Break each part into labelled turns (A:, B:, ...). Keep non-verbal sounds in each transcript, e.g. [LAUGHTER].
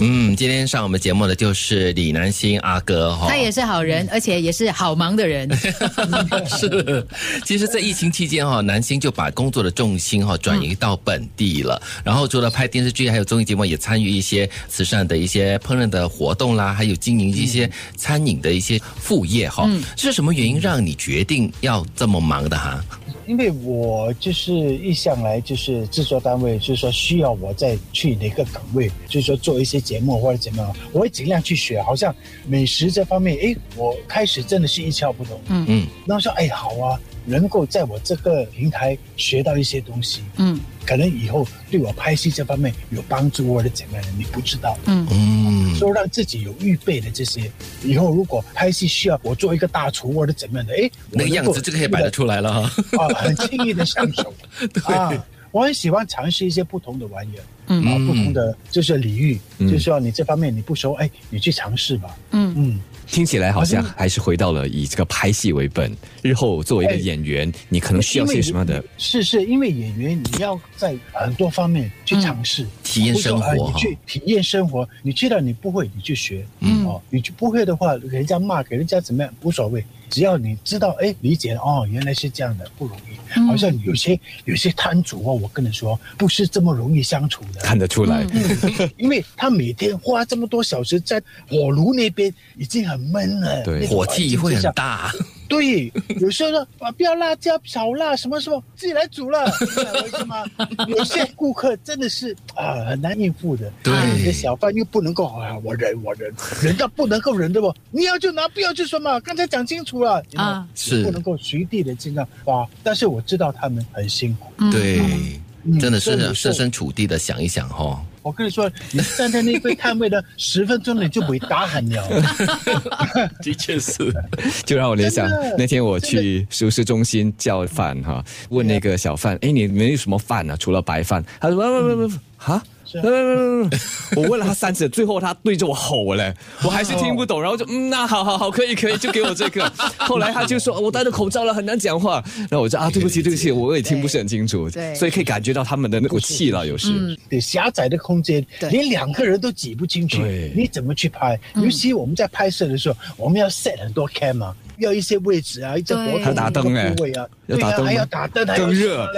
A: 嗯，今天上我们节目的就是李南星阿哥
B: 哦
A: 哈，[LAUGHS]
C: 他也是好
B: 嗯
C: 人，而且也是好忙的
B: [LAUGHS]
C: 人。
A: 是，其实，在疫情期间哈、南星就把工作的重心哈、转移到本地了。然后除了拍电视剧，还有综艺节目，也参与一些慈善的一些烹饪的活动啦，还有经营一些餐饮的一些副业哈、是什么原因让你决定要这么忙的哈？
B: 因为我就是一向来就是制作单位，就是说需要我再去哪个岗位，就是说做一些节目或者怎么样，我会尽量去学。好像美食这方面，诶，我开始真的是一窍不通。
C: 嗯
A: 嗯，
B: 那我说，哎，好啊，能够在我这个平台学到一些东西，
C: 嗯
B: 可哎能以后对我拍戏这方面有帮助或者怎么样的，你不知道。
C: 嗯
A: 嗯
B: 说让自己有预备的这些，以后如果拍戏需要我做一个大厨或者怎么样的，诶，我
A: 那个
B: 能
A: 样
B: 够
A: 子就可以摆得出来了哈。
B: 啊，很轻易的上
D: [LAUGHS]
B: 手。啊，我很喜欢尝试一些不同的玩意儿，
C: 嗯
B: 啊，
A: 嗯
B: 不同的就是领域，
D: 嗯
B: 就是说你这方面你不熟，哎，你去尝试吧。
C: 嗯，
B: 嗯，
D: 听起来好像还是回到了以这个拍戏为本，日后作为一个
B: 哎
D: 演员，你可能需要些什么样的？？
B: 是是，因为演员你要在很多方面去尝试，
D: 嗯
A: 体验生活
B: 不是说啊
A: 哈
B: 你去体验生活，你去到你不会，你去学，
C: 嗯
B: 哦，你就不会的话，人家骂给人家怎么样无所谓，只要你知道，哎，理解哦，原来是这样的，不容易。
C: 嗯
B: 好像有些有些摊主哦，我跟你说，不是这么容易相处的。
D: 看得出来，
B: [LAUGHS] 因为他每天花这么多小时在火炉那边，已经很闷了，
D: 对
B: 那种
A: 火气会很
B: 环境之下。
A: 大，
B: 对，有时候说啊，不要辣椒、少辣，什么什么，自己来煮了，你懂我意
A: [LAUGHS]
B: 思吗？有些顾客真的是啊，很难应付的。
A: 对
B: 你的小贩又不能够啊，我忍，我忍，忍到不能够忍的不，你要就拿，不要就说嘛，刚才讲清楚了
C: 啊
A: 是
B: 不能够随地的进到哇，但是我知道他们很辛苦。
C: 嗯
A: 对，
B: 嗯
A: 真的
B: 所以
A: 是设
B: 你说
A: 身处地的想一想哈、
B: 我跟你说，你站在那边摊位的十分钟，你就被打喊了。
A: 的确是，
D: [LAUGHS] 就让我联想
B: 真的
D: 那天我去熟食中心叫饭哈，问那个小贩，哎，你们有什么饭啊？除了白饭，他说不不不不哈。
B: 是
D: 不不不不不我问了他三次，最后他对着我吼嘞，我还是听不懂，然后就嗯，那好好好，可以可以，就给我这个。后来他就说我戴着口罩了，很难讲话。然后我就啊，对不起对不起，我也听不是很清楚，
C: 对
D: 所以可以感觉到他们的那股气了，有时。
C: 嗯
B: 对狭窄的空间
C: 对，
B: 连两个人都挤不进
D: 对
B: 去，你怎么去拍？尤
C: 嗯
B: 其我们在拍摄的时候，我们要 set 很多 camera，要一些位置啊，一些
C: 对
B: 活
C: 还
B: 动
D: 打灯
B: 哎
D: 哎，
B: 位啊，
D: 要
B: 对
D: 打
B: 啊，
D: 灯
B: 还
D: 吗
B: 要打灯，还要
D: 更热
B: 什么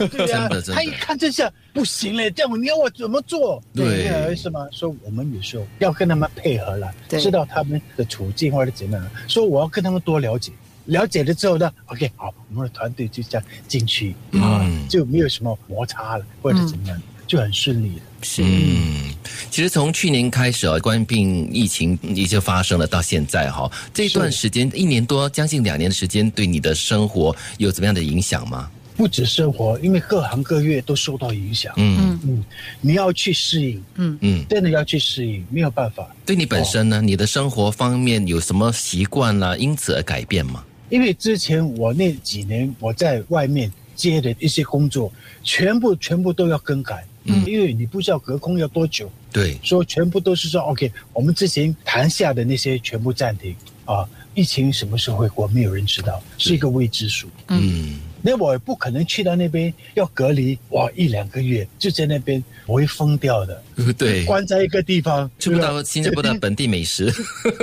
B: 嘞，对啊
A: 真的真的，
B: 他一看这下不行嘞，这样你要我怎么做？
A: 对
B: 啊是吗？所以我们有时候要跟他们配合了，
C: 对
B: 知道他们的处境或者怎么样，所以我要跟他们多了解。了解了之后呢，OK，好，我们的团队就这样进去
A: 嗯
B: 啊，就没有什么摩擦了，或者怎么样，就很顺利了。
C: 是
A: 嗯，其实从去年开始啊，冠病疫情已经发生了，到现在哈、这段时间一年多，将近两年的时间，对你的生活有怎么样的影响吗？
B: 不止生活，因为各行各业都受到影响。
A: 嗯
C: 嗯
B: 嗯，你要去适应，
C: 嗯
A: 嗯，
B: 真的要去适应，没有办法。
A: 对你本身呢，你的生活方面有什么习惯啦、因此而改变吗？
B: 因为之前我那几年我在外面接的一些工作，全部全部都要更改。
A: 嗯
B: 因为你不知道隔空要多久，
A: 对，
B: 说全部都是说 OK，我们之前谈下的那些全部暂停啊，疫情什么时候会过，没有人知道，是一个未知数。
A: 嗯
B: 那我也不可能去到那边要隔离，哇，一两个月就在那边，我会疯掉的。
A: 嗯对，
B: 关在一个地方，
A: 吃不
B: 对吧
A: 到新加坡的本地美食，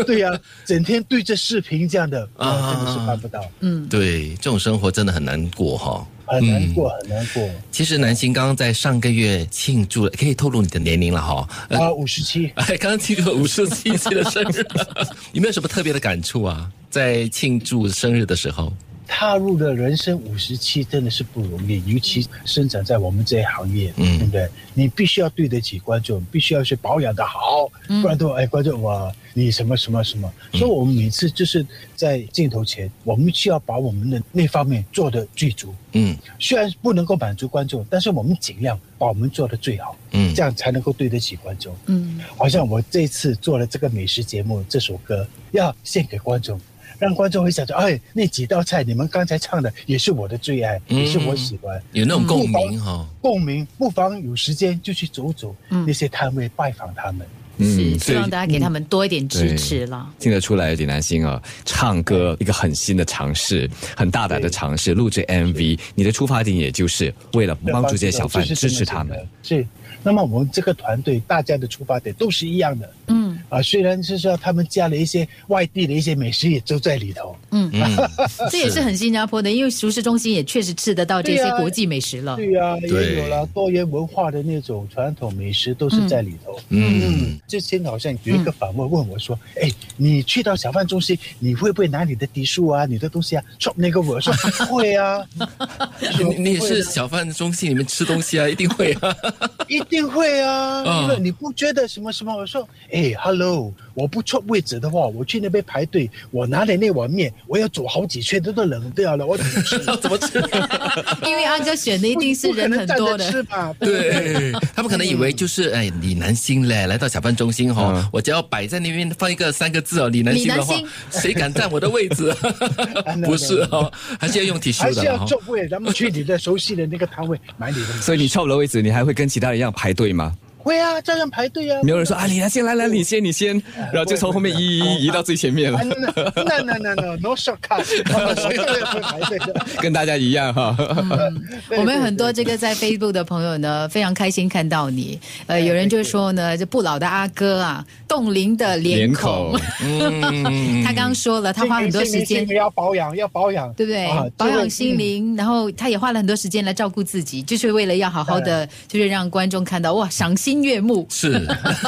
B: 对呀、整天对着视频这样的，啊，
A: 啊
B: 真的是办不到，
C: 嗯
A: 对，这种生活真的很难过哈、
B: 很难过，很难过。
A: 其实南星刚刚在上个月庆祝了，可以透露你的年龄了哈、
B: 啊，五十七，
A: 哎，刚刚庆祝五十七岁的生日，有没有什么特别的感触啊？在庆祝生日的时候，
B: 踏入了人生五十七，真的是不容易，尤其生长在我们这一行业，
A: 嗯
B: 对不对？你必须要对得起观众，必须要去保养的好，
C: 嗯
B: 不然都哎，观众哇，你什么什么什么。
A: 嗯
B: 所以我们每次就是在镜头前，我们需要把我们的那方面做的最足。
A: 嗯
B: 虽然不能够满足观众，但是我们尽量把我们做的最好，
A: 嗯
B: 这样才能够对得起观众。
C: 嗯
B: 好像我这次做了这个美食节目，这首歌要献给观众，让观众会想到，哎，那几道菜你们刚才唱的也是我的最爱，
A: 嗯
B: 也是我喜欢。
A: 有那种共鸣哈、
B: 共鸣，不妨有时间就去走走
C: 嗯
D: 嗯
B: 那些摊位，拜访他们。
C: 是希
D: 所以
C: 望大家给他们多一点支持啦。
D: 听得出来李南星啊，唱歌一个很新的尝试，很大胆的尝试，录制 MV，你的出发点也就是为了帮助这些小贩，
B: 就是这
D: 支
B: 么
D: 持他
B: 简单
D: 们。。
B: 是，那么我们这个团队大家的出发点都是一样的。嗯，啊，虽然是说他们加了一些外地的一些美食也都在里头。
C: 嗯
A: 嗯
C: 这也是很新加坡的，因为熟食中心也确实吃得到这些
B: 嗯对啊
C: 国际美食了。
B: 对呀、
A: 对
B: 也有了多元文化的那种传统美食都是在里头。
A: 嗯
B: 嗯，之前好像有一个访问问我说：“哎、你去到小贩中心，你会不会拿你的迪数啊、你的东西啊戳那个我说会啊，
A: 你你也
B: 我会
A: 是
B: 啊
A: 小贩中心里面吃东西啊，一定会
C: [LAUGHS]
A: 啊。
B: 一定会啊，
A: 嗯
B: 因为你不觉得什么什么？我说，哎，hello，我不错位置的话，我去那边排队，我拿了那碗面，我要走好几圈，都都冷掉了，我怎么吃？
A: 怎么吃？
C: 因为阿哥选的一定是
B: 不可
C: 人
B: 能
C: 很
B: 站着
C: 多的，
B: 吃吧？
A: 对他们可能以为就是哎李南星嘞，来到小贩中心哈、哦，我只要摆在那边放一个三个字哦，李南星的话
C: 嗯李南，啊
A: 谁敢占我的位
C: [LAUGHS]
A: 置？ [LAUGHS] 不是哦，还是要用 T 恤
B: 还是
A: 的
B: 要
A: 哈、
B: 座位，咱们去你的熟悉的那个摊位买你的。
D: 所以你跳楼位置，你还会跟其他人一样排队吗？
B: 会啊，照样排队啊。
D: 没有人说啊，李南星来来，你先你先，然后就从 [LAUGHS] 后面移移移移到最前面了
B: 啊，那那那那那 no shortcut，谁都要会排队的。
D: 跟大家一样哈。
B: 对
C: 我们很多这个在 Facebook 的朋友呢，非常开心看到你。
B: 哎
C: 呃，有人就说呢，这不老的阿哥啊，冻龄的脸孔。 [LAUGHS]
A: 嗯，
C: 他刚刚说了，他花很多时
B: 心
C: 间
B: 灵，要保养，要保养，
C: 对不对
B: 啊？
C: 保
B: 这
C: 养
B: 个嗯
C: 心灵，然后他也花了很多时间来照顾自己，就是为了要好好
B: 哎
C: 的，就是让观众看到哇，赏心悦目。
A: 是。 [LAUGHS]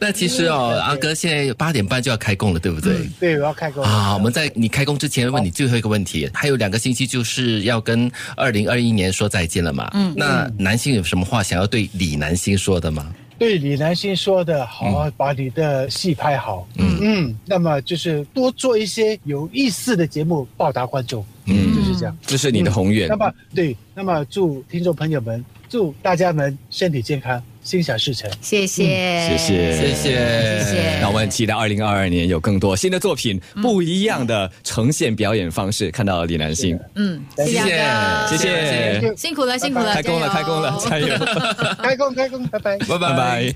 A: 那其实哦，阿哥现在八点半就要开工了，对不对？
B: 对，我要开工
A: 啊，我们在你开工之前问你最后一个问题，还有两个星期就是要跟二零二一年说再见了嘛。嗯，那南星有什么话想要对李南星说的吗？
B: 对李南星说的好，啊，把你的戏拍好。嗯嗯，那么就是多做一些有意思的节目报答观众。嗯，就是这样。
D: 这是你的宏愿
B: 那，么对，那么祝听众朋友们，祝大家们身体健康，心想事成。
C: 谢谢，
B: 嗯
D: 谢谢
A: 谢谢，
C: 谢谢
D: 那我们期待二零二二年有更多新的作品，不一样的呈现表演方式。看到李南星，
C: 嗯，
B: 谢
C: 谢谢阿哥，
D: 谢谢，
B: 谢
C: [LAUGHS]
B: 谢
C: 辛苦了，辛苦了，
D: 开工了，
C: 加油
D: 开工了，加油，
B: 开工，开工，拜拜。
A: 拜
D: 拜拜。